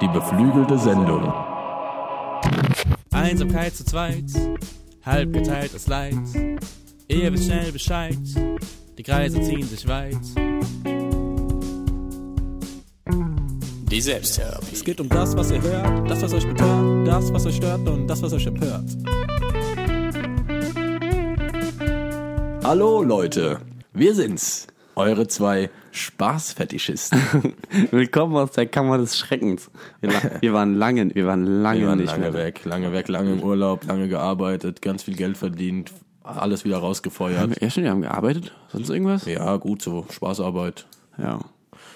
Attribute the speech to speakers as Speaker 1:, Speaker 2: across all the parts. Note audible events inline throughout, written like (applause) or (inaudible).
Speaker 1: Die beflügelte Sendung.
Speaker 2: Einsamkeit zu zweit, halb geteiltes Leid. Ihr wisst schnell Bescheid, die Kreise ziehen sich weit.
Speaker 3: Die Selbsttherapie.
Speaker 2: Es geht um das, was ihr hört, das, was euch betört, das, was euch stört und das, was euch empört.
Speaker 1: Hallo Leute, wir sind's. Eure zwei Spaßfetischisten.
Speaker 3: Willkommen aus der Kammer des Schreckens. Wir, la- wir waren lange, wir waren lange
Speaker 1: Wir waren
Speaker 3: nicht
Speaker 1: lange
Speaker 3: mehr.
Speaker 1: weg, lange weg, lange im Urlaub, lange gearbeitet, ganz viel Geld verdient, alles wieder rausgefeuert.
Speaker 3: Ja, stimmt, wir haben gearbeitet. Sonst irgendwas?
Speaker 1: Ja, gut so, Spaßarbeit.
Speaker 3: Ja.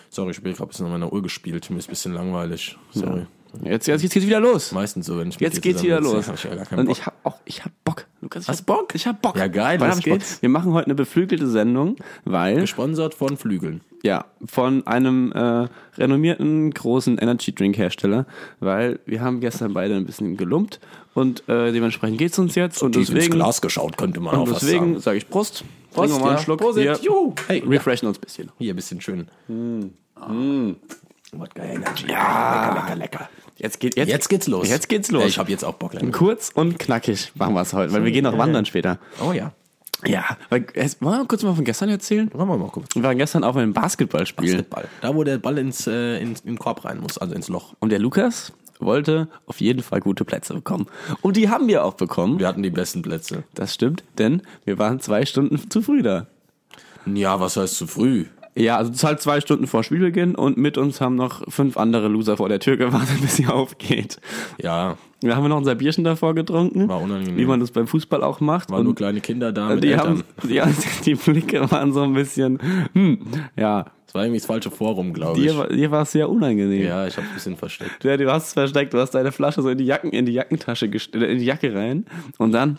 Speaker 1: Sorry, ich habe gerade ein bisschen an meiner Uhr gespielt, mir ist ein bisschen langweilig. Sorry.
Speaker 3: Jetzt, jetzt, jetzt geht's wieder los.
Speaker 1: Meistens so, wenn ich mit
Speaker 3: Jetzt
Speaker 1: dir
Speaker 3: geht's wieder
Speaker 1: zusammen
Speaker 3: los.
Speaker 1: sitze, hab ich ja gar keinen
Speaker 3: Und
Speaker 1: Bock.
Speaker 3: ich hab auch, ich hab Bock. Lukas, ich
Speaker 1: Hast
Speaker 3: hab
Speaker 1: Bock?
Speaker 3: Ich hab Bock.
Speaker 1: Ja, geil,
Speaker 3: Wann
Speaker 1: los
Speaker 3: hab ich Bock?
Speaker 1: geht's.
Speaker 3: Wir machen heute eine beflügelte Sendung, weil,
Speaker 1: Gesponsert von Flügeln.
Speaker 3: ja, von einem äh, renommierten großen Energy Drink Hersteller, weil wir haben gestern beide ein bisschen gelumpt und äh, dementsprechend geht's uns jetzt und
Speaker 1: Tief ins
Speaker 3: deswegen,
Speaker 1: Glas geschaut, könnte man auch
Speaker 3: und
Speaker 1: fast sagen.
Speaker 3: deswegen sage ich Prost. Prost, wir mal einen
Speaker 1: ja.
Speaker 3: Schluck.
Speaker 1: Prosit,
Speaker 3: Wir
Speaker 1: juhu. Hey,
Speaker 3: refreshen uns ein bisschen.
Speaker 1: Hier, ein bisschen schön. Hm. Wodka Energy. lecker, lecker, lecker.
Speaker 3: Jetzt, geht, jetzt,
Speaker 1: Jetzt geht's los.
Speaker 3: Jetzt geht's los.
Speaker 1: Ich habe jetzt auch Bock. Leute.
Speaker 3: Kurz und knackig machen wir es heute, weil wir gehen noch wandern später.
Speaker 1: Oh ja.
Speaker 3: Ja, weil, es- wollen wir kurz mal von gestern erzählen?
Speaker 1: Machen wir mal kurz.
Speaker 3: Wir waren gestern auf einem Basketballspiel
Speaker 1: Basketball. Da, wo der Ball ins, äh, ins, in den Korb rein muss, also ins Loch.
Speaker 3: und der Lukas wollte auf jeden Fall gute Plätze bekommen. Und die haben wir auch bekommen.
Speaker 1: Wir hatten die besten Plätze.
Speaker 3: Das stimmt, denn wir waren zwei Stunden zu früh da.
Speaker 1: Ja, was heißt zu früh?
Speaker 3: Ja, also es ist halt zwei Stunden vor Spielbeginn und mit uns haben noch fünf andere Loser vor der Tür gewartet, (laughs) bis sie aufgeht.
Speaker 1: Ja,
Speaker 3: Da haben wir noch unser Bierchen davor getrunken.
Speaker 1: War unangenehm.
Speaker 3: Wie man das beim Fußball auch macht.
Speaker 1: waren nur kleine Kinder da mit
Speaker 3: die,
Speaker 1: Eltern.
Speaker 3: haben, die, (laughs) haben, die Blicke waren so ein bisschen, hm, ja,
Speaker 1: Das war irgendwie das falsche Forum, glaube ich.
Speaker 3: dir, dir war es sehr unangenehm.
Speaker 1: Ja, ich habe ein bisschen versteckt.
Speaker 3: Ja, du hast es versteckt, du hast deine Flasche so in die Jacken, in die Jackentasche gest- äh, in die Jacke rein und dann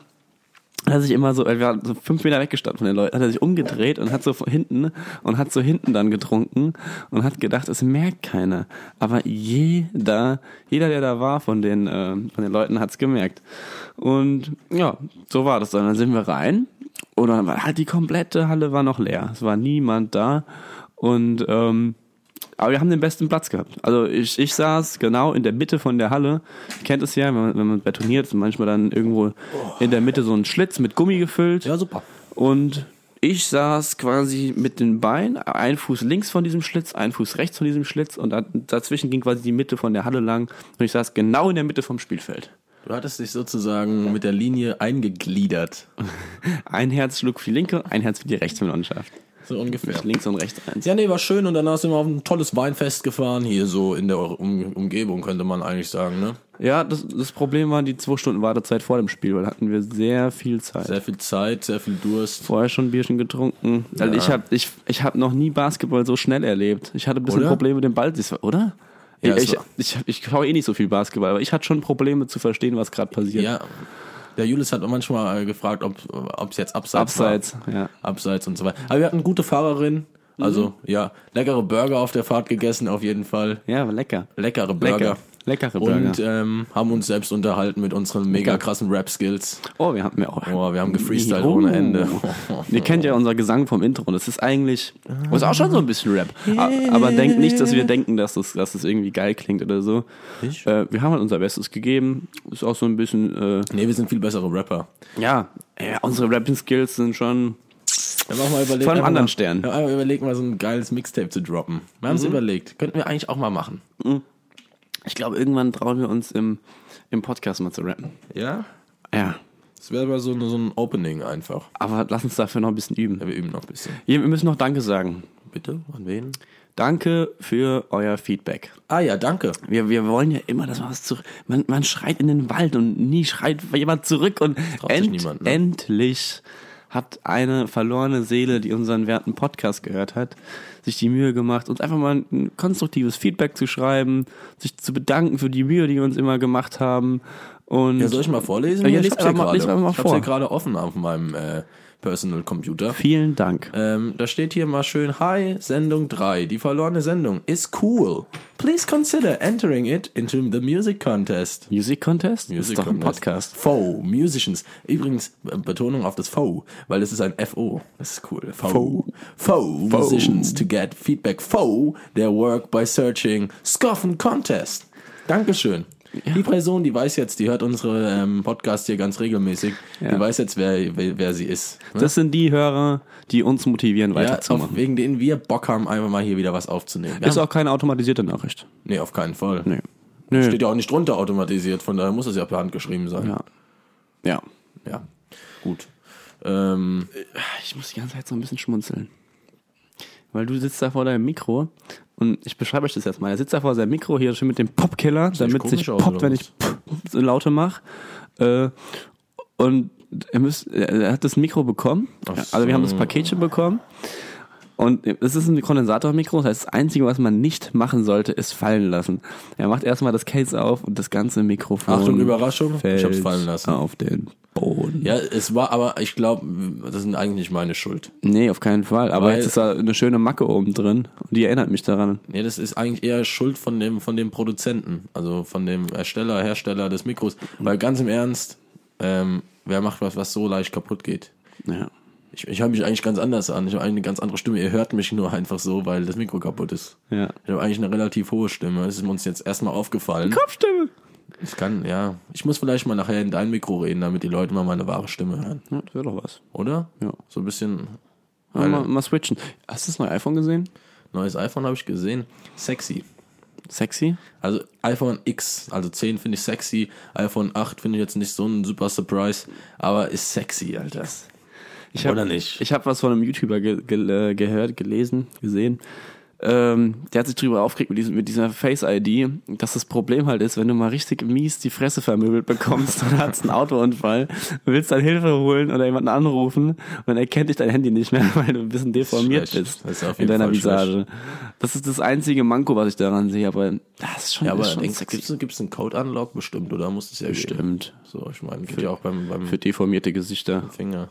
Speaker 3: hat er sich immer so, wir waren so fünf Meter weggestanden von den Leuten, hat er sich umgedreht und hat so von hinten und hat so hinten dann getrunken und hat gedacht, es merkt keiner. Aber jeder, jeder, der da war von den, äh, von den Leuten, hat's gemerkt. Und ja, so war das dann. Dann sind wir rein und dann war halt die komplette Halle war noch leer. Es war niemand da und ähm, aber wir haben den besten Platz gehabt. Also ich, ich saß genau in der Mitte von der Halle. Ihr kennt es ja, wenn man, wenn man betoniert, ist manchmal dann irgendwo in der Mitte so ein Schlitz mit Gummi gefüllt.
Speaker 1: Ja, super.
Speaker 3: Und ich saß quasi mit den Beinen, ein Fuß links von diesem Schlitz, ein Fuß rechts von diesem Schlitz und da- dazwischen ging quasi die Mitte von der Halle lang. Und ich saß genau in der Mitte vom Spielfeld.
Speaker 1: Du hattest dich sozusagen mit der Linie eingegliedert.
Speaker 3: Ein Herz schlug für die linke, ein Herz für die rechte Mannschaft.
Speaker 1: So ungefähr.
Speaker 3: Links und rechts eins.
Speaker 1: Ja, nee, war schön und danach sind wir auf ein tolles Weinfest gefahren, hier so in der um Umgebung, könnte man eigentlich sagen, ne?
Speaker 3: Ja, das, das Problem war die zwei Stunden Wartezeit vor dem Spiel, weil da hatten wir sehr viel Zeit.
Speaker 1: Sehr viel Zeit, sehr viel Durst.
Speaker 3: vorher schon ein Bierchen getrunken. Also ich habe ich, ich hab noch nie Basketball so schnell erlebt. Ich hatte ein bisschen
Speaker 1: Oder?
Speaker 3: Probleme mit dem Ball, das war- oder?
Speaker 1: Ja, es
Speaker 3: ich,
Speaker 1: war-
Speaker 3: ich, ich schaue eh nicht so viel Basketball, aber ich hatte schon Probleme zu verstehen, was gerade passiert.
Speaker 1: Ja. Der Julius hat manchmal äh, gefragt, ob es jetzt abseits,
Speaker 3: Abseits, Mhm. ja.
Speaker 1: war. Abseits und so weiter. Aber wir hatten eine gute Fahrerin. Also, ja, leckere Burger auf der Fahrt gegessen, auf jeden Fall.
Speaker 3: Ja, war lecker.
Speaker 1: Leckere Burger.
Speaker 3: Leckere Burger.
Speaker 1: Und ähm, haben uns selbst unterhalten mit unseren mega krassen Rap-Skills.
Speaker 3: oh, wir haben ja auch.
Speaker 1: Boah, wir haben gefreestylt
Speaker 3: Oh.
Speaker 1: ohne
Speaker 3: (laughs)
Speaker 1: Ende. (laughs)
Speaker 3: Ihr kennt ja unser Gesang vom Intro und das ist eigentlich, das ist auch schon so ein bisschen Rap. A- Aber denkt nicht, dass wir denken, dass das, dass das irgendwie geil klingt oder so. Äh, wir haben halt unser Bestes gegeben. Ist auch so ein bisschen, äh,
Speaker 1: Nee, wir sind viel bessere Rapper.
Speaker 3: Ja, ja, unsere Rapping-Skills sind schon.
Speaker 1: Wir haben auch mal überlegt,
Speaker 3: Von einem
Speaker 1: einfach
Speaker 3: anderen
Speaker 1: mal-
Speaker 3: Stern. Mhm.
Speaker 1: Wir haben einfach überlegt, mal so ein geiles Mixtape zu droppen. Wir haben es überlegt. Könnten wir eigentlich auch mal machen.
Speaker 3: Ich glaube, irgendwann trauen wir uns im, im Podcast mal zu rappen.
Speaker 1: Ja?
Speaker 3: Ja.
Speaker 1: Das wäre aber so, ein- so ein Opening einfach.
Speaker 3: Aber lass uns dafür noch ein bisschen üben.
Speaker 1: Ja, wir üben noch ein bisschen.
Speaker 3: Hier, Wir müssen noch Danke sagen.
Speaker 1: Bitte? An wen?
Speaker 3: Danke für euer Feedback.
Speaker 1: Ah ja, danke.
Speaker 3: Wir, wir wollen ja immer, dass man was zurück. Man, man schreit in den Wald und nie schreit jemand zurück. Und
Speaker 1: sich
Speaker 3: end,
Speaker 1: niemand, ne?
Speaker 3: endlich hat eine verlorene Seele, die unseren werten Podcast gehört hat, sich die Mühe gemacht, uns einfach mal ein konstruktives Feedback zu schreiben, sich zu bedanken für die Mühe, die wir uns immer gemacht haben. Und
Speaker 1: Ja, soll ich mal vorlesen?
Speaker 3: Ja,
Speaker 1: Ich
Speaker 3: lies
Speaker 1: hab's
Speaker 3: mal-
Speaker 1: hier gerade.
Speaker 3: lies mal mal
Speaker 1: Ich hab's
Speaker 3: vor.
Speaker 1: hier gerade offen auf meinem äh, Personal Computer.
Speaker 3: Vielen Dank.
Speaker 1: Ähm, da steht hier mal schön, Hi, Sendung 3, die verlorene Sendung, is cool. Please consider entering it into the music contest.
Speaker 3: Music Contest?
Speaker 1: Music
Speaker 3: ist doch ein
Speaker 1: Contest.
Speaker 3: Podcast.
Speaker 1: Faux, Musicians. Übrigens, äh, Betonung auf das Faux, weil es ist ein F-O. Das ist cool. Faux. Faux. Musicians to get feedback. Faux, their work by searching Scoffen Contest. Dankeschön. Die Person, die weiß jetzt, die hört unsere ähm, Podcast hier ganz regelmäßig, die
Speaker 3: Ja.
Speaker 1: weiß jetzt, wer, wer, wer sie ist. ne?
Speaker 3: Das sind die Hörer, die uns motivieren,
Speaker 1: Ja, auf,
Speaker 3: weiterzumachen.
Speaker 1: wegen denen wir Bock haben, einfach mal hier wieder was aufzunehmen. Wir
Speaker 3: ist
Speaker 1: haben,
Speaker 3: auch keine automatisierte Nachricht.
Speaker 1: nee, auf keinen Fall.
Speaker 3: Nee. Nö.
Speaker 1: Steht ja auch nicht drunter automatisiert, von daher muss es ja per Hand geschrieben sein.
Speaker 3: Ja. ja.
Speaker 1: Ja. Gut. Ähm,
Speaker 3: Ich muss die ganze Zeit so ein bisschen schmunzeln. Weil du sitzt da vor deinem Mikro und ich beschreibe euch das jetzt mal. Er sitzt da vor seinem Mikro hier schon mit dem Popkiller, damit
Speaker 1: komisch
Speaker 3: sich
Speaker 1: aus,
Speaker 3: poppt,
Speaker 1: oder
Speaker 3: wenn ich (laughs) so Laute mamache. Äh, und er, müsst, er er hat das Mikro bekommen. Also wir haben das Paketchen bekommen. Und es ist ein Kondensatormikro, das heißt, das Einzige, was man nicht machen sollte, ist fallen lassen. Er macht erstmal das Case auf und das ganze Mikrofon.
Speaker 1: Achtung, Überraschung.
Speaker 3: fällt
Speaker 1: Ich hab's fallen lassen.
Speaker 3: Auf den Boden.
Speaker 1: Ja, es war aber, ich glaube, das ist eigentlich nicht meine Schuld.
Speaker 3: Nee, auf keinen Fall. Aber
Speaker 1: Weil-
Speaker 3: jetzt ist da eine schöne Macke oben drin. Und die erinnert mich daran.
Speaker 1: Nee, das ist eigentlich eher Schuld von dem, von dem Produzenten, also von dem Ersteller, Hersteller des Mikros. Weil ganz im Ernst, ähm, wer macht was, was so leicht kaputt geht?
Speaker 3: Ja.
Speaker 1: Ich, ich höre mich eigentlich ganz anders an. Ich habe eine ganz andere Stimme. Ihr hört mich nur einfach so, weil das Mikro kaputt ist.
Speaker 3: Ja.
Speaker 1: Ich habe eigentlich eine relativ hohe Stimme. Es ist uns jetzt erstmal aufgefallen.
Speaker 3: Kopfstimme!
Speaker 1: Ich kann, ja. Ich muss vielleicht mal nachher in dein Mikro reden, damit die Leute mal meine wahre Stimme hören.
Speaker 3: Ja, das wäre doch was.
Speaker 1: Oder?
Speaker 3: Ja.
Speaker 1: So ein bisschen.
Speaker 3: Ja, mal, mal switchen. Hast du das neue iPhone gesehen?
Speaker 1: Neues iPhone habe ich gesehen. Sexy.
Speaker 3: Sexy?
Speaker 1: Also iPhone X, also 10 finde ich sexy. iPhone 8 finde ich jetzt nicht so ein super Surprise, aber ist sexy, Alter.
Speaker 3: Ich hab,
Speaker 1: Oder nicht?
Speaker 3: Ich habe was von einem YouTuber ge ge äh, gehört, gelesen, gesehen. Ähm, der hat sich drüber aufgeregt mit, diesem, mit dieser Face-ID, dass das Problem halt ist, wenn du mal richtig mies die Fresse vermöbelt bekommst (laughs) und hast einen Autounfall, willst dann Hilfe holen oder jemanden anrufen und dann erkennt dich dein Handy nicht mehr, (laughs) weil du ein bisschen deformiert
Speaker 1: schlecht.
Speaker 3: bist
Speaker 1: Das ist auf
Speaker 3: in
Speaker 1: jeden
Speaker 3: deiner
Speaker 1: Fall
Speaker 3: Visage. Das ist das einzige Manko, was ich daran sehe, aber das ist schon,
Speaker 1: Ja, aber
Speaker 3: ist schon sexy.
Speaker 1: gibt es einen Code-Unlock bestimmt, oder muss es ja geben?
Speaker 3: Bestimmt.
Speaker 1: So, ich meine, geht ja auch beim, beim
Speaker 3: Für deformierte Gesichter.
Speaker 1: Finger.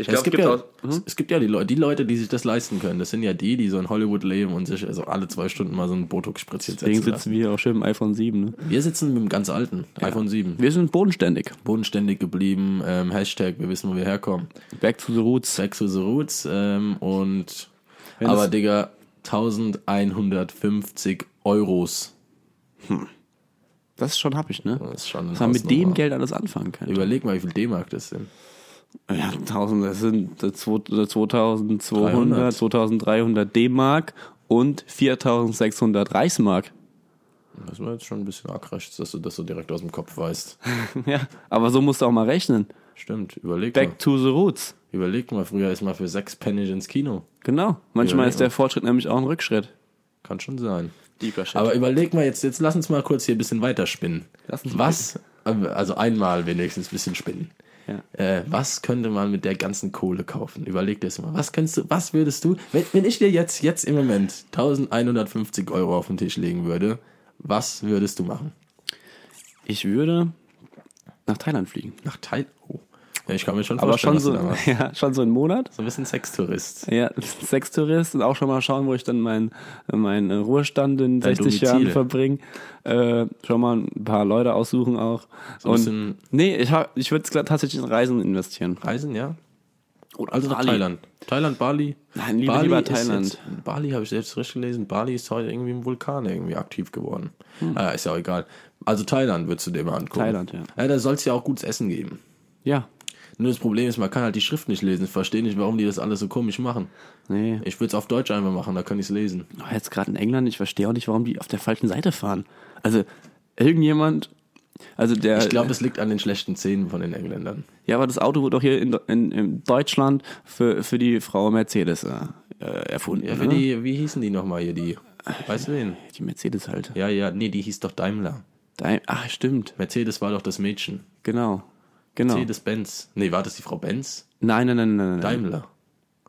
Speaker 1: Ich
Speaker 3: glaub,
Speaker 1: es gibt,
Speaker 3: gibt
Speaker 1: ja,
Speaker 3: auch- hm?
Speaker 1: es- es gibt ja die Leute, die Leute, die sich das leisten können. Das sind ja die, die so in Hollywood leben und sich also alle zwei Stunden mal so ein Botox spritzen
Speaker 3: Deswegen
Speaker 1: lassen.
Speaker 3: sitzen wir hier auch schön im iPhone 7. Ne?
Speaker 1: Wir sitzen mit dem ganz alten iPhone 7.
Speaker 3: Wir sind bodenständig.
Speaker 1: Bodenständig geblieben, ähm, Hashtag, wir wissen, wo wir herkommen.
Speaker 3: Back to the roots.
Speaker 1: Back to the Roots ähm, und
Speaker 3: Wenn
Speaker 1: aber
Speaker 3: das-
Speaker 1: Digga, 1150 Euros.
Speaker 3: Das ist schon happig, ne?
Speaker 1: Das ist schon
Speaker 3: Was man mit dem
Speaker 1: Hausnummer.
Speaker 3: Geld alles anfangen kann.
Speaker 1: Überleg mal, wie viel D-Mark das sind.
Speaker 3: Ja, 1000, das sind äh, zwei- äh,
Speaker 1: 300.
Speaker 3: 2200, 2300 D-Mark und
Speaker 1: (laughs)
Speaker 3: 4600 Reichsmark.
Speaker 1: Das war jetzt schon ein bisschen arg rechts, dass du das so direkt aus dem Kopf weißt.
Speaker 3: ja, aber so musst du auch mal rechnen.
Speaker 1: Stimmt, überleg mal.
Speaker 3: Back to the roots.
Speaker 1: Überleg mal, früher ist man für sechs Pennig ins Kino.
Speaker 3: Genau. Manchmal
Speaker 1: Ja,
Speaker 3: ist
Speaker 1: ja.
Speaker 3: der Fortschritt nämlich auch ein Rückschritt.
Speaker 1: Kann schon sein.
Speaker 3: Deeper Shit.
Speaker 1: Aber überleg mal jetzt, jetzt lass uns mal kurz hier ein bisschen weiterspinnen.
Speaker 3: Lass uns
Speaker 1: Was, äh, also einmal wenigstens ein bisschen spinnen.
Speaker 3: Ja.
Speaker 1: Äh, was könnte man mit der ganzen Kohle kaufen? Überleg dir das mal. Was könntest du, was würdest du, wenn, wenn ich dir jetzt, jetzt im Moment 1150 Euro auf den Tisch legen würde, was würdest du machen?
Speaker 3: ich würde nach Thailand fliegen.
Speaker 1: Nach Teil. Oh. Ja, ich kann mir schon
Speaker 3: Aber
Speaker 1: vorstellen,
Speaker 3: schon
Speaker 1: was du
Speaker 3: so,
Speaker 1: da machst.
Speaker 3: (laughs) ja, schon so einen Monat.
Speaker 1: so ein bisschen Sextourist.
Speaker 3: Ja, (laughs) Sextourist und auch schon mal schauen, wo ich dann meinen mein äh, Ruhestand in
Speaker 1: Dein
Speaker 3: 60
Speaker 1: Domizil.
Speaker 3: Jahren verbringe. Äh, schon mal ein paar Leute aussuchen auch.
Speaker 1: ein
Speaker 3: und,
Speaker 1: bisschen-
Speaker 3: nee, ich, hab- ich würde tatsächlich in Reisen investieren.
Speaker 1: Reisen, ja?
Speaker 3: Oder
Speaker 1: Also nach Thailand. Thailand, Bali.
Speaker 3: Nein, lieber- lieber
Speaker 1: ist
Speaker 3: Thailand.
Speaker 1: Jetzt, Bali habe ich selbst richtig gelesen. Bali ist heute irgendwie im Vulkan irgendwie aktiv geworden. Ah, ist ja auch egal. Also Thailand würdest du dir mal angucken.
Speaker 3: Hm. Thailand, ja.
Speaker 1: da soll es ja auch gutes Essen geben.
Speaker 3: Ja.
Speaker 1: Nur das Problem ist, man kann halt die Schrift nicht lesen. Ich verstehe nicht, warum die das alles so komisch machen.
Speaker 3: Nee.
Speaker 1: Ich würde es auf Deutsch einfach machen, da kann ich es lesen.
Speaker 3: Aber jetzt gerade in England, ich verstehe auch nicht, warum die auf der falschen Seite fahren. Also, irgendjemand, also der.
Speaker 1: Ich glaube, es liegt an den schlechten Szenen von den Engländern.
Speaker 3: Ja, aber das Auto wurde doch hier in, in, in Deutschland für, für die Frau Mercedes äh, äh, erfunden.
Speaker 1: Ja, für
Speaker 3: ne?
Speaker 1: die, wie hießen die nochmal hier, die? Weißt du wen?
Speaker 3: die Mercedes halt.
Speaker 1: Ja, ja, nee, die hieß doch Daimler.
Speaker 3: Dein, ach, stimmt.
Speaker 1: Mercedes war doch das Mädchen.
Speaker 3: Genau. Genau.
Speaker 1: Mercedes-Benz. Nee, war das die Frau Benz?
Speaker 3: Nein, nein, nein, nein, nein.
Speaker 1: Daimler.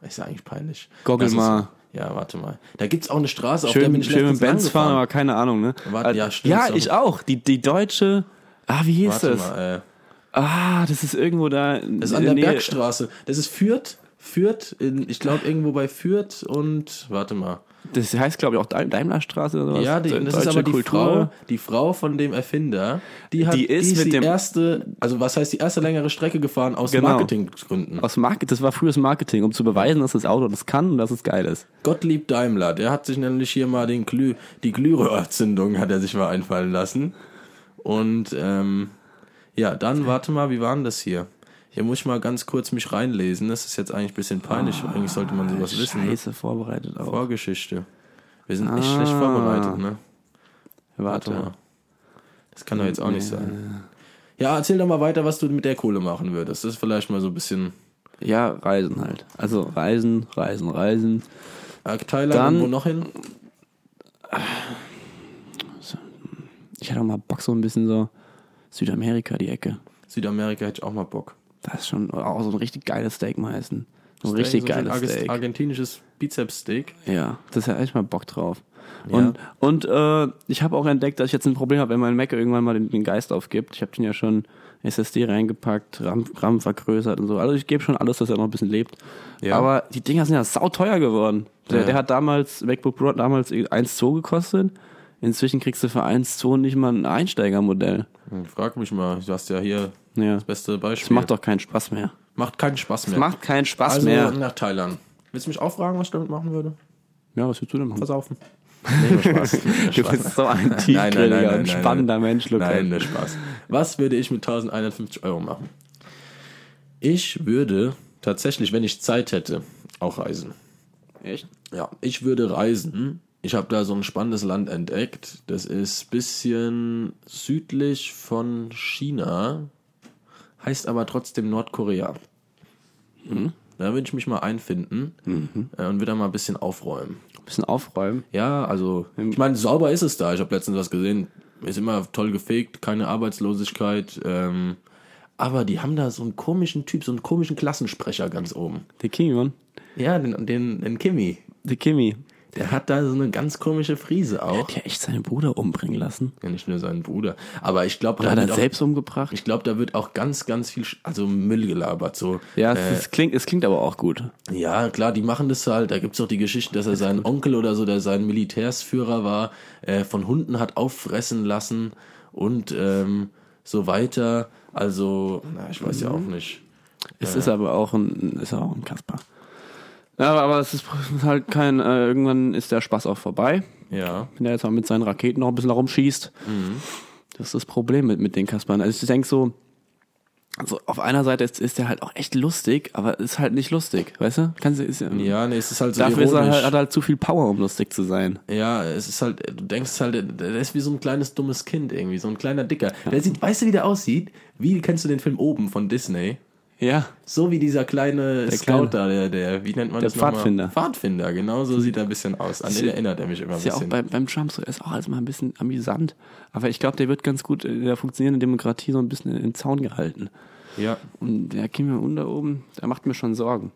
Speaker 1: Ist ja eigentlich peinlich.
Speaker 3: Goggle
Speaker 1: Das ist-
Speaker 3: mal.
Speaker 1: Ja, warte mal. Da gibt's auch eine Straße, auf der bin
Speaker 3: Schön,
Speaker 1: ich
Speaker 3: schön mit
Speaker 1: letztens
Speaker 3: Benz fahren,
Speaker 1: langgefahren.
Speaker 3: aber keine Ahnung, ne?
Speaker 1: Warte, ja,
Speaker 3: Ah,
Speaker 1: stimmt,
Speaker 3: ja,
Speaker 1: sorry.
Speaker 3: ich auch. Die, die deutsche. Ah, wie hieß
Speaker 1: Warte
Speaker 3: das?
Speaker 1: mal, äh,
Speaker 3: Ah, das ist irgendwo da. In
Speaker 1: das ist an der Bergstraße. Das ist Fürth Fürth, in, ich glaube irgendwo bei Fürth und warte mal.
Speaker 3: Das heißt, glaube ich, auch Daim- Daimlerstraße oder sowas.
Speaker 1: Ja, die,
Speaker 3: So
Speaker 1: das ist
Speaker 3: deutsche
Speaker 1: aber die
Speaker 3: Kultur.
Speaker 1: Frau, die Frau von dem Erfinder, die hat
Speaker 3: Die ist mit
Speaker 1: die
Speaker 3: dem-
Speaker 1: erste, also was heißt die erste längere Strecke gefahren aus
Speaker 3: Genau.
Speaker 1: Marketinggründen.
Speaker 3: Aus Market, das war frühes Marketing, um zu beweisen, dass das Auto das kann und dass es geil ist.
Speaker 1: Gottlieb Daimler, der hat sich nämlich hier mal den Glüh, die Glühröhrzündung hat er sich mal einfallen lassen. Und ähm, ja, dann warte mal, wie war denn das hier? Hier muss ich mal ganz kurz mich reinlesen. Das ist jetzt eigentlich ein bisschen peinlich.
Speaker 3: Ah,
Speaker 1: eigentlich sollte man sowas wissen. Ne?
Speaker 3: Scheiße, vorbereitet auch.
Speaker 1: Vorgeschichte. Wir sind echt schlecht vorbereitet, ne?
Speaker 3: Ah, Warte mal.
Speaker 1: Warte. Das kann doch jetzt auch nicht sein. Ja, erzähl doch mal weiter, was du mit der Kohle machen würdest. Das ist vielleicht mal so ein bisschen
Speaker 3: Ja, Reisen halt. Also Reisen, Reisen, Reisen.
Speaker 1: äh, Thailand
Speaker 3: Dann-
Speaker 1: irgendwo noch hin.
Speaker 3: Ich hatte auch mal Bock so ein bisschen so Südamerika die Ecke.
Speaker 1: Südamerika hätte ich auch mal Bock.
Speaker 3: Das ist schon auch so ein richtig geiles Steak mal essen. So ein
Speaker 1: Steak,
Speaker 3: richtig
Speaker 1: so ein
Speaker 3: geiles
Speaker 1: Arges-
Speaker 3: Steak.
Speaker 1: Argentinisches Bizeps-Steak.
Speaker 3: Ja, das hat echt mal Bock drauf. Und, und äh, ich habe auch entdeckt, dass ich jetzt ein Problem habe, wenn mein Mac irgendwann mal den, den Geist aufgibt. Ich habe den ja schon SSD reingepackt, RAM, RAM vergrößert und so. Also ich gebe schon alles, dass er noch ein bisschen lebt.
Speaker 1: Ja.
Speaker 3: Aber die Dinger sind ja sauteuer geworden. Der,
Speaker 1: Ja.
Speaker 3: der hat damals, MacBook Pro hat damals 1,2 gekostet. Inzwischen kriegst du für 1,2 nicht mal ein Einsteigermodell.
Speaker 1: Hm, Frag mich mal, du hast ja hier
Speaker 3: Ja.
Speaker 1: das beste Beispiel.
Speaker 3: Das macht doch keinen Spaß mehr.
Speaker 1: Macht keinen Spaß mehr.
Speaker 3: Das macht keinen Spaß
Speaker 1: also
Speaker 3: mehr.
Speaker 1: nach Thailand. Willst du mich auch fragen, was ich damit machen würde?
Speaker 3: Ja, was willst du denn machen?
Speaker 1: Versaufen. Nee, nur (laughs) Spaß.
Speaker 3: Du (laughs) bist so ein tiefgründiger und spannender Mensch, Lukas.
Speaker 1: Nein, der Spaß. Was würde ich mit 1150 Euro machen? Ich würde tatsächlich, wenn ich Zeit hätte, auch reisen.
Speaker 3: Echt?
Speaker 1: Ja, ich würde reisen. Ich habe da so ein spannendes Land entdeckt. Das ist bisschen südlich von China, heißt aber trotzdem Nordkorea. Da würde ich mich mal einfinden äh, und würde da mal ein bisschen aufräumen.
Speaker 3: Ein bisschen aufräumen.
Speaker 1: Ja, also ich meine, sauber ist es da. Ich habe letztens was gesehen. Ist immer toll gefegt, keine Arbeitslosigkeit. Ähm, aber die haben da so einen komischen Typ, so einen komischen Klassensprecher ganz oben.
Speaker 3: Der Kimi, Mann.
Speaker 1: Ja, den, den, den Kimi.
Speaker 3: Der Kimi.
Speaker 1: Der hat da so eine ganz komische Frise auch.
Speaker 3: Hat der echt seinen Bruder umbringen lassen?
Speaker 1: Ja, nicht nur seinen Bruder. Aber ich glaube, da,
Speaker 3: Hat
Speaker 1: wird
Speaker 3: er
Speaker 1: auch-
Speaker 3: selbst umgebracht?
Speaker 1: ich glaub, da wird auch ganz, ganz viel, Sch- also Müll gelabert. So. Äh,
Speaker 3: ja, es, es klingt, es klingt aber auch gut.
Speaker 1: Ja, klar, die machen das halt. Da gibt's doch die Geschichte, dass er seinen Onkel oder so, der sein Militärsführer war, äh, von Hunden hat auffressen lassen und ähm, so weiter. Also, na, ich weiß ja
Speaker 3: Mhm.
Speaker 1: auch nicht.
Speaker 3: Es ist aber auch ein, ist auch ein Kasper. Ja, aber, aber es ist halt kein, äh, irgendwann ist der Spaß auch vorbei.
Speaker 1: Ja.
Speaker 3: Wenn er jetzt mal mit seinen Raketen noch ein bisschen rumschießt.
Speaker 1: Mhm.
Speaker 3: Das ist das Problem mit, mit den Kaspern. Also ich denke so, also auf einer Seite ist, ist der halt auch echt lustig, aber ist halt nicht lustig, weißt du? Kannst du, ist ja,
Speaker 1: Ja, nee, es ist halt so
Speaker 3: Dafür ist er
Speaker 1: ironisch.
Speaker 3: halt, hat er halt zu viel Power, um lustig zu sein.
Speaker 1: ja, es ist halt, du denkst halt, der ist wie so ein kleines dummes Kind irgendwie, so ein kleiner Dicker. Der sieht, weißt du, wie der aussieht? Wie kennst du den Film oben von Disney?
Speaker 3: Ja.
Speaker 1: So wie dieser kleine Scout
Speaker 3: kleine-
Speaker 1: da, der, der, wie nennt man
Speaker 3: Der
Speaker 1: das nochmal?
Speaker 3: Pfadfinder. Hm.
Speaker 1: Pfadfinder, genau so sieht er ein bisschen aus. An den erinnert er mich immer ein
Speaker 3: Ist ja auch
Speaker 1: bisschen.
Speaker 3: bei, beim Trump so, er ist auch alles mal ein bisschen amüsant. Aber ich glaube, der wird ganz gut in der funktionierenden Demokratie so ein bisschen im Zaun gehalten.
Speaker 1: Ja,
Speaker 3: Und der Kim Jong-un da oben, der macht mir schon Sorgen.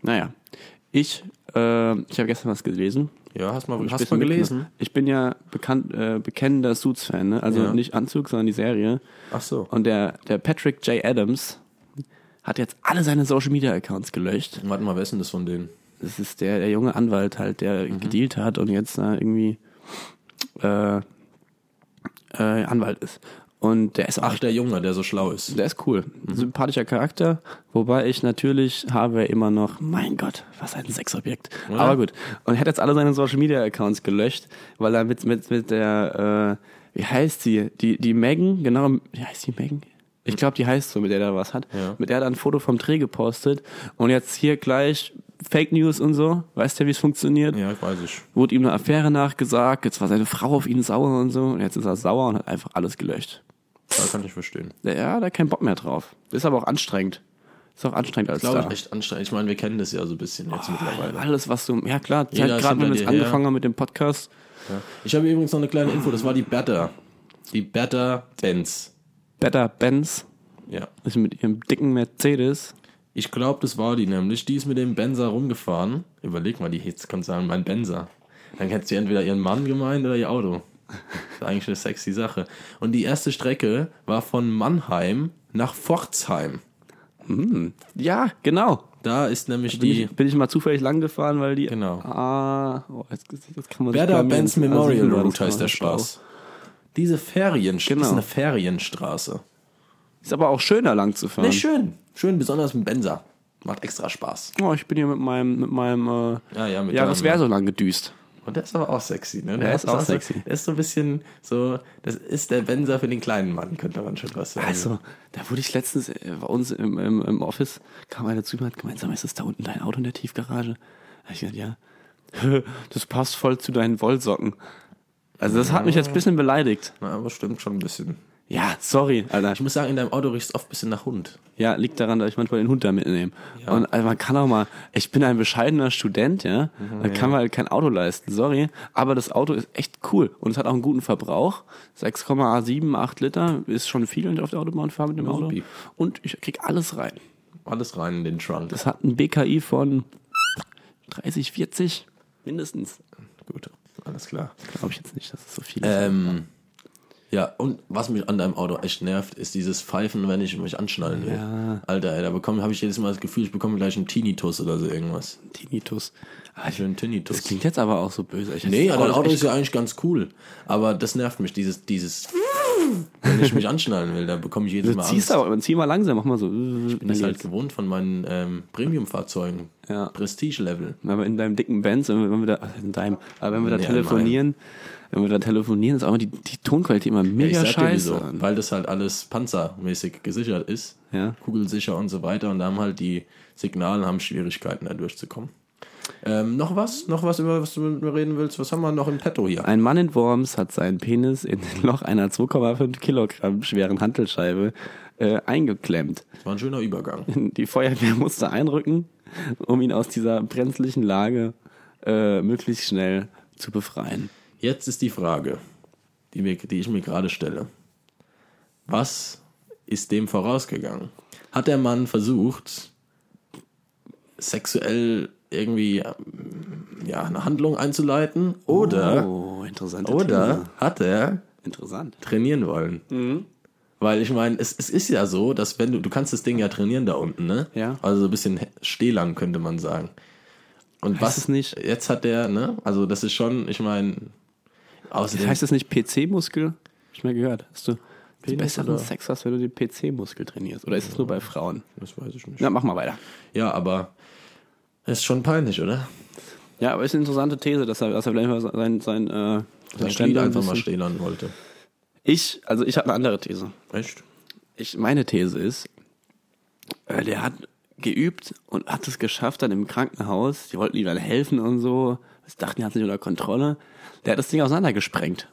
Speaker 3: Naja, ich, äh, ich habe gestern was gelesen.
Speaker 1: ja, hast mal,
Speaker 3: Ich
Speaker 1: hast mal
Speaker 3: bin
Speaker 1: gelesen.
Speaker 3: mit- Ich bin ja bekannt, äh, bekennender Suits-Fan, ne? also
Speaker 1: Ja.
Speaker 3: nicht Anzug, sondern die Serie.
Speaker 1: Ach so.
Speaker 3: Und der, der Patrick J. Adams hat jetzt alle seine Social-Media-Accounts gelöscht.
Speaker 1: Warte mal, wer ist denn das von denen?
Speaker 3: Das ist der, der junge Anwalt halt, der gedealt hat und jetzt da irgendwie äh, äh, Anwalt ist. Und der ist auch,
Speaker 1: Ach, der Junge, der so schlau ist.
Speaker 3: der ist cool.
Speaker 1: Mhm.
Speaker 3: Sympathischer Charakter, wobei ich natürlich habe immer noch, mein Gott, was ein Sexobjekt.
Speaker 1: Oder?
Speaker 3: Aber gut. Und er hat jetzt alle seine Social Media Accounts gelöscht, weil er mit, mit, mit der, äh, wie heißt sie? Die, die Megan, genau, wie heißt die Megan? Ich glaube, die heißt so, mit der da was hat.
Speaker 1: Hm. Ja.
Speaker 3: Mit der hat er ein Foto vom Dreh gepostet und jetzt hier gleich Fake News und so. Weißt du, wie es funktioniert?
Speaker 1: Ja, weiß ich.
Speaker 3: Wurde ihm eine Affäre nachgesagt, jetzt war seine Frau auf ihn sauer und so und jetzt ist er sauer und hat einfach alles gelöscht.
Speaker 1: Da kann ich verstehen.
Speaker 3: Ja, hat er keinen Bock mehr drauf. Ist aber auch anstrengend. Ist auch anstrengend als
Speaker 1: Glaube
Speaker 3: Star.
Speaker 1: ich echt anstrengend. Ich meine, wir kennen das ja so ein bisschen
Speaker 3: Oh,
Speaker 1: jetzt mittlerweile.
Speaker 3: Alles, was du. Ja, klar,
Speaker 1: Jeder
Speaker 3: halt
Speaker 1: ist
Speaker 3: gerade wenn
Speaker 1: hinter
Speaker 3: wir jetzt
Speaker 1: dir her.
Speaker 3: angefangen haben mit dem Podcast.
Speaker 1: Ich habe übrigens noch eine kleine Info, das war die Bertha. Die Bertha Benz.
Speaker 3: Better Benz
Speaker 1: Ja.
Speaker 3: ist mit ihrem dicken Mercedes.
Speaker 1: Ich glaube, das war die nämlich. Die ist mit dem Benzer rumgefahren. Überleg mal, die jetzt kannst sagen, mein Benzer. Dann hättest du entweder ihren Mann gemeint oder ihr Auto. Ist eigentlich eine sexy Sache. Und die erste Strecke war von Mannheim nach Pforzheim.
Speaker 3: Ja, genau.
Speaker 1: Da ist nämlich
Speaker 3: Bin
Speaker 1: die
Speaker 3: ich, bin ich mal zufällig lang gefahren, weil die.
Speaker 1: Genau.
Speaker 3: Ah, oh, jetzt, jetzt kann man sich
Speaker 1: Werder
Speaker 3: blamieren.
Speaker 1: Benz
Speaker 3: Also,
Speaker 1: Memorial
Speaker 3: das
Speaker 1: Route
Speaker 3: war
Speaker 1: heißt der
Speaker 3: ein
Speaker 1: Spaß. Diese Ferienstraße
Speaker 3: Genau.
Speaker 1: ist eine Ferienstraße.
Speaker 3: Ist aber auch schöner lang zu fahren.
Speaker 1: Nee, schön. Schön, besonders mit Benzer. Macht extra Spaß.
Speaker 3: oh, ich bin hier mit meinem, mit meinem äh,
Speaker 1: Ja, ja, mit
Speaker 3: das
Speaker 1: deinem-
Speaker 3: wäre so lang gedüst.
Speaker 1: Und der ist aber auch sexy, ne?
Speaker 3: Der
Speaker 1: hat-
Speaker 3: ist auch
Speaker 1: so-
Speaker 3: sexy.
Speaker 1: Der ist so ein bisschen so, das ist der Benzer für den kleinen Mann, könnte man schon was sagen.
Speaker 3: Also, da wurde ich letztens äh, bei uns im, im, im Office, kam einer zu mir und hat gemeint, sag mal, ist das da unten dein Auto in der Tiefgarage? Da hab ich gesagt, ja. (laughs) Das passt voll zu deinen Wollsocken. Also, das hat mich jetzt ein bisschen beleidigt.
Speaker 1: Na, aber stimmt schon ein bisschen.
Speaker 3: Ja, sorry, Alter.
Speaker 1: Ich muss sagen, in deinem Auto riecht es oft ein bisschen nach Hund.
Speaker 3: Ja, liegt daran, dass ich manchmal den Hund da mitnehme. Und also man kann auch mal, ich bin ein bescheidener Student, ja, dann kann man halt kein Auto leisten, sorry. Aber das Auto ist echt cool und es hat auch einen guten Verbrauch. 6,78 Liter ist schon viel, wenn ich auf der Autobahn fahre mit dem Auto.
Speaker 1: supi.
Speaker 3: Und ich krieg alles rein.
Speaker 1: Alles rein in den Trunk.
Speaker 3: Das hat ein BKI von 30, 40 mindestens.
Speaker 1: Gut, alles klar.
Speaker 3: Glaube ich jetzt nicht, dass es so viel ist.
Speaker 1: Ähm, ja, und was mich an deinem Auto echt nervt, ist dieses Pfeifen, wenn ich mich anschnallen will. Alter, ey, da bekomme habe ich jedes Mal das Gefühl, ich bekomme gleich einen Tinnitus oder so irgendwas.
Speaker 3: Tinnitus. Ah, ich,
Speaker 1: Ich will einen Tinnitus.
Speaker 3: das klingt jetzt aber auch so böse. Ich-
Speaker 1: Nee, ja,
Speaker 3: das
Speaker 1: dein Auto
Speaker 3: echt
Speaker 1: ist ja eigentlich ganz cool. Aber das nervt mich, dieses, dieses, wenn ich mich anschnallen will, da bekomme ich jedes
Speaker 3: Du
Speaker 1: Mal
Speaker 3: ziehst
Speaker 1: Angst.
Speaker 3: aber, zieh mal langsam, mach mal so. Ich
Speaker 1: bin das halt gewohnt von meinen ähm, Premium-Fahrzeugen.
Speaker 3: Ja.
Speaker 1: Prestige-Level.
Speaker 3: Wenn wir in deinem dicken Benz, wenn wir, wenn wir da, also in deinem, aber wenn wir da
Speaker 1: Nee, in
Speaker 3: telefonieren, wenn wir da telefonieren, ist auch immer die, die Tonqualität immer
Speaker 1: Ich
Speaker 3: mega
Speaker 1: sag dir wieso,
Speaker 3: scheiße.
Speaker 1: weil das halt alles panzermäßig gesichert ist,
Speaker 3: Ja.
Speaker 1: kugelsicher und so weiter und da haben halt die Signale haben Schwierigkeiten da durchzukommen. Ähm, noch was? Noch was, über was du mit mir reden willst? Was haben wir noch im Petto hier?
Speaker 3: Ein Mann in Worms hat seinen Penis in den Loch einer 2,5 Kilogramm schweren Hantelscheibe äh, eingeklemmt.
Speaker 1: Das war ein schöner Übergang.
Speaker 3: Die Feuerwehr musste einrücken, um ihn aus dieser brenzlichen Lage äh, möglichst schnell zu befreien.
Speaker 1: Jetzt ist die Frage, die, mir, die ich mir gerade stelle. Was ist dem vorausgegangen? Hat der Mann versucht, sexuell irgendwie ähm, ja, eine Handlung einzuleiten? Oder,
Speaker 3: Oh, interessant.
Speaker 1: oder hat er
Speaker 3: Interessant.
Speaker 1: trainieren wollen.
Speaker 3: Mhm.
Speaker 1: Weil ich meine, es, es ist ja so, dass wenn du, du kannst das Ding ja trainieren da unten, ne?
Speaker 3: Ja.
Speaker 1: Also so ein bisschen he- stehlang könnte man sagen. Und was
Speaker 3: es nicht-
Speaker 1: Jetzt hat der, ne? Also das ist schon, ich meine, außerdem
Speaker 3: Heißt das nicht PC-Muskel? Hab ich mal gehört. Hast du
Speaker 1: Penis
Speaker 3: besseren
Speaker 1: oder-
Speaker 3: Sex hast, wenn du den PC-Muskel trainierst? Oder ist es nur bei Frauen?
Speaker 1: das weiß ich nicht.
Speaker 3: Na, mach mal weiter.
Speaker 1: Ja, aber ist schon peinlich, oder?
Speaker 3: Ja, aber ist eine interessante These, dass er, dass er vielleicht mal sein, sein, äh,
Speaker 1: Dass ich
Speaker 3: Ständer ein
Speaker 1: einfach mal
Speaker 3: bisschen-
Speaker 1: stehen lassen wollte.
Speaker 3: Ich, also ich habe eine andere These.
Speaker 1: Echt?
Speaker 3: Ich, meine These ist, äh, der hat geübt und hat es geschafft dann im Krankenhaus. Die wollten ihm dann helfen und so. Das dachten, er hat sich unter Kontrolle. Der hat das Ding auseinandergesprengt.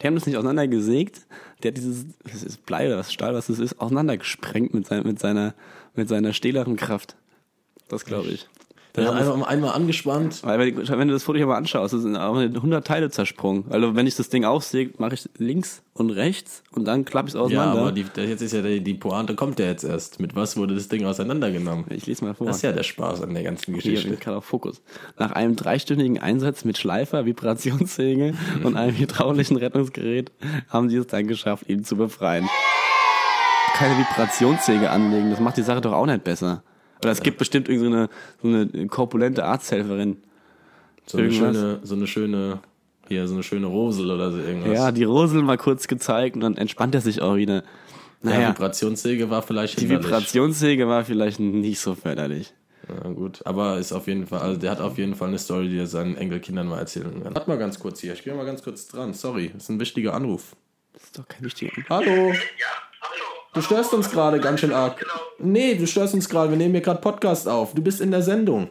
Speaker 3: Die haben das nicht auseinandergesägt. Der hat dieses, das ist Blei oder was Stahl, was das ist, auseinandergesprengt mit, sein, mit seiner, mit seiner stähleren Kraft. Das glaube ich.
Speaker 1: Der hat einfach mal einmal angespannt.
Speaker 3: Weil wenn, wenn du das Foto hier mal anschaust, das sind auch 100 Teile zersprungen. Also wenn ich das Ding aufsäge, mache ich links und rechts und dann klappe ich es
Speaker 1: Ja,
Speaker 3: auseinander.
Speaker 1: aber die, der- jetzt ist ja die, die Pointe, kommt ja jetzt erst. Mit was wurde das Ding auseinandergenommen?
Speaker 3: ich lese mal vor.
Speaker 1: Das ist ja der Spaß an der ganzen
Speaker 3: Hier, ich
Speaker 1: Geschichte.
Speaker 3: bin gerade auf Fokus. Nach einem dreistündigen Einsatz mit Schleifer, (laughs) Vibrationssäge und einem hydraulischen Rettungsgerät haben sie es dann geschafft, ihn zu befreien. Keine Vibrationssäge anlegen, das macht die Sache doch auch nicht besser. Oder es gibt bestimmt irgendeine so eine korpulente Arzthelferin.
Speaker 1: So eine
Speaker 3: Irgendwas.
Speaker 1: schöne, so eine schöne, hier, so eine schöne Rosel oder so irgendwas.
Speaker 3: Ja, die Rosel mal kurz gezeigt und dann entspannt er sich auch wieder.
Speaker 1: Ja,
Speaker 3: Naja,
Speaker 1: Vibrationssäge war vielleicht
Speaker 3: die
Speaker 1: hinderlich.
Speaker 3: Vibrationssäge war vielleicht nicht so förderlich.
Speaker 1: Ja, gut, aber ist auf jeden Fall, also der hat auf jeden Fall eine Story, die er seinen Enkelkindern mal erzählen kann. Warte mal ganz kurz hier, ich gehe mal ganz kurz dran, sorry, ist ein wichtiger Anruf.
Speaker 3: Das ist doch kein wichtiger
Speaker 1: Hallo,
Speaker 4: Ja, hallo.
Speaker 1: du störst uns gerade ganz schön arg. Nee, du störst uns gerade, wir nehmen hier gerade Podcast auf, du bist in der Sendung.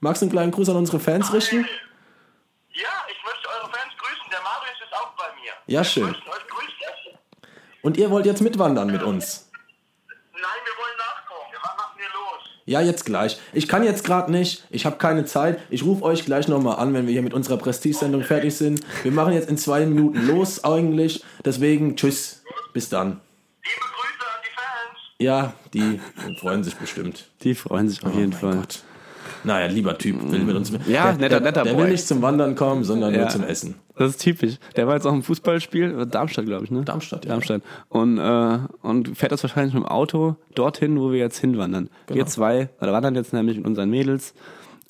Speaker 1: Magst du einen kleinen Gruß an unsere Fans richten?
Speaker 4: Ja, ich möchte eure Fans grüßen. Der Marius ist auch bei mir.
Speaker 1: Ja,
Speaker 4: Wir
Speaker 1: schön.
Speaker 4: möchten euch grüßen.
Speaker 1: Und ihr wollt jetzt mitwandern mit uns?
Speaker 4: Nein, wir wollen nachkommen. Wann machen wir los?
Speaker 1: Ja, jetzt gleich. Ich kann jetzt gerade nicht. Ich habe keine Zeit. Ich rufe euch gleich nochmal an, wenn wir hier mit unserer Prestigesendung fertig sind. Wir machen jetzt in zwei Minuten los eigentlich. Deswegen, tschüss. Bis dann.
Speaker 4: Liebe Grüße an die Fans.
Speaker 1: Ja, die freuen sich bestimmt.
Speaker 3: Oh
Speaker 1: Oh
Speaker 3: Die freuen sich auf jeden Fall.
Speaker 1: Gott. Naja, lieber Typ, will mit uns. der,
Speaker 3: Ja, netter-
Speaker 1: der,
Speaker 3: netter
Speaker 1: Der
Speaker 3: Boy.
Speaker 1: will nicht zum Wandern kommen, sondern
Speaker 3: Ja.
Speaker 1: nur zum Essen.
Speaker 3: Das ist typisch. Der war jetzt auch im Fußballspiel, Darmstadt, glaube ich, ne?
Speaker 1: Darmstadt, ja.
Speaker 3: Darmstadt. Und, äh, und fährt das wahrscheinlich mit dem Auto dorthin, wo wir jetzt hinwandern. Wir zwei oder wandern jetzt nämlich mit unseren Mädels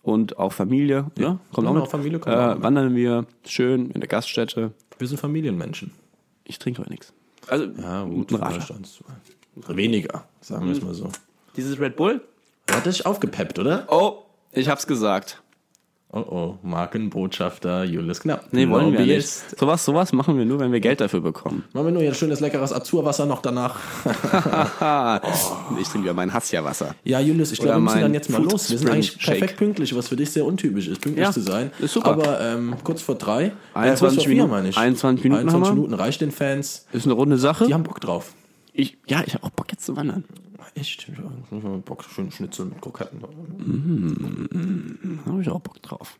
Speaker 3: und auch Familie. Ja, kommt auch
Speaker 1: und
Speaker 3: mit.
Speaker 1: auch Familie kommt auch
Speaker 3: äh,
Speaker 1: mit.
Speaker 3: wandern wir schön in der Gaststätte.
Speaker 1: Wir sind Familienmenschen.
Speaker 3: Ich trinke heute nichts. Also,
Speaker 1: Ja, gut,
Speaker 3: ein Radler.
Speaker 1: vielleicht uns- Weniger, sagen wir es mal so.
Speaker 3: dieses Red Bull?
Speaker 1: Hat dich aufgepeppt, oder?
Speaker 3: Oh, ich hab's gesagt.
Speaker 1: Oh oh, Markenbotschafter Julius Knapp.
Speaker 3: Nee, wollen wir nicht.
Speaker 1: Lobbyist.
Speaker 3: Sowas, sowas machen wir nur, wenn wir Geld dafür bekommen.
Speaker 1: Machen wir nur jetzt schönes leckeres Azurwasser noch danach.
Speaker 3: Ah, Ich trinke ja mein Hassja-Wasser.
Speaker 1: Ja, Julius, ich
Speaker 3: Oder
Speaker 1: glaube, wir müssen
Speaker 3: mein
Speaker 1: dann jetzt mal
Speaker 3: Fruit
Speaker 1: los. Wir sind
Speaker 3: Spring
Speaker 1: eigentlich
Speaker 3: Shake.
Speaker 1: perfekt pünktlich, was für dich sehr untypisch ist, pünktlich
Speaker 3: Ja,
Speaker 1: zu sein.
Speaker 3: ist super.
Speaker 1: Aber ähm, kurz vor drei, äh, kurz vor
Speaker 3: 21
Speaker 1: vier,
Speaker 3: Minuten-
Speaker 1: meine ich.
Speaker 3: 21 Minuten haben
Speaker 1: 21
Speaker 3: wir.
Speaker 1: Minuten reicht den Fans.
Speaker 3: Ist eine runde Sache.
Speaker 1: Die haben Bock drauf.
Speaker 3: Ich, ja, ich hab auch Bock jetzt zu wandern.
Speaker 1: Echt? Ich hab Bock, schöne Schnitzel mit Kroketten.
Speaker 3: Da habe ich auch Bock drauf.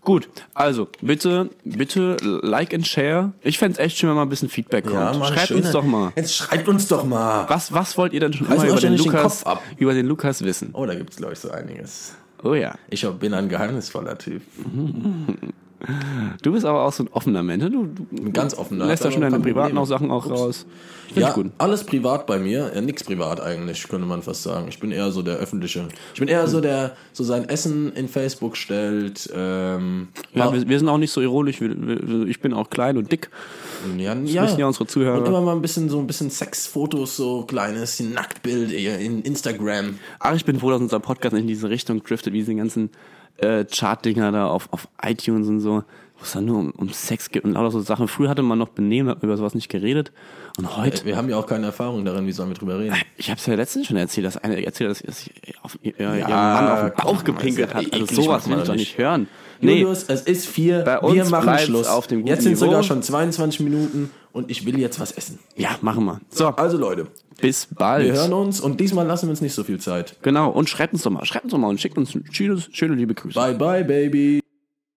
Speaker 3: Gut, also bitte, bitte like and share. Ich fänd's echt schön, wenn mal ein bisschen Feedback kommt.
Speaker 1: mal eine
Speaker 3: Schreibt
Speaker 1: schöne-
Speaker 3: uns doch mal.
Speaker 1: Jetzt schreibt uns doch mal.
Speaker 3: Was, was wollt ihr denn schon
Speaker 1: Reißt
Speaker 3: immer
Speaker 1: euch
Speaker 3: über
Speaker 1: doch
Speaker 3: den,
Speaker 1: nicht den
Speaker 3: Lukas,
Speaker 1: Kopf ab.
Speaker 3: über den Lukas wissen?
Speaker 1: Oh, da gibt's, glaube ich, so einiges.
Speaker 3: Oh ja.
Speaker 1: Ich hab- bin ein geheimnisvoller Typ.
Speaker 3: Du bist aber auch so ein offener Mensch. ne? Du, du
Speaker 1: Ein ganz offener.
Speaker 3: lässt da
Speaker 1: hab
Speaker 3: schon
Speaker 1: aber
Speaker 3: deine
Speaker 1: ein paar
Speaker 3: privaten
Speaker 1: Probleme.
Speaker 3: auch Sachen auch raus. Find
Speaker 1: Ja,
Speaker 3: ich gut.
Speaker 1: alles privat bei mir. Ja, nix privat eigentlich, könnte man fast sagen. Ich bin eher so der öffentliche. Ich bin eher so der, so sein Essen in Facebook stellt. Ähm,
Speaker 3: Ja,
Speaker 1: ja,
Speaker 3: wir, wir sind auch nicht so ironisch. Wir, wir, ich bin auch klein und dick.
Speaker 1: ja,
Speaker 3: wissen ja unsere Zuhörer.
Speaker 1: Und immer mal ein bisschen so ein bisschen Sexfotos, so kleines Nacktbild eher in Instagram.
Speaker 3: Aber ich bin froh, dass unser Podcast nicht in diese Richtung driftet, wie diese ganzen äh, Chart-Dinger da auf, auf iTunes und so, wo es dann nur um, um Sex geht und lauter so Sachen. Früher hatte man noch Benehmen, hat man über sowas nicht geredet. Und heute,
Speaker 1: Wir haben ja auch keine Erfahrung darin, wie sollen wir drüber reden?
Speaker 3: ich habe es ja letztens schon erzählt, dass eine erzählt, hat, dass sich auf, ihr- äh, ihren Mann auf den
Speaker 1: komm,
Speaker 3: Bauch gepinkelt
Speaker 1: ist ja
Speaker 3: hat. Also
Speaker 1: eklig, macht
Speaker 3: sowas will
Speaker 1: man
Speaker 3: ich doch
Speaker 1: doch
Speaker 3: nicht
Speaker 1: nicht.
Speaker 3: hören.
Speaker 1: Nee.
Speaker 3: (laughs) Nee,
Speaker 1: Julius, es ist vier.
Speaker 3: Bei uns
Speaker 1: wir machen
Speaker 3: bleibt's
Speaker 1: Schluss.
Speaker 3: auf dem guten
Speaker 1: jetzt sind
Speaker 3: Niveau.
Speaker 1: sogar schon 22 Minuten und ich will jetzt was essen.
Speaker 3: ja, machen wir. So,
Speaker 1: Also Leute,
Speaker 3: bis bald.
Speaker 1: wir hören uns und diesmal lassen wir uns nicht so viel Zeit.
Speaker 3: Genau, und schreibt uns doch mal, schreibt uns doch mal und schickt uns schöne, schöne liebe Grüße.
Speaker 1: Bye bye, baby.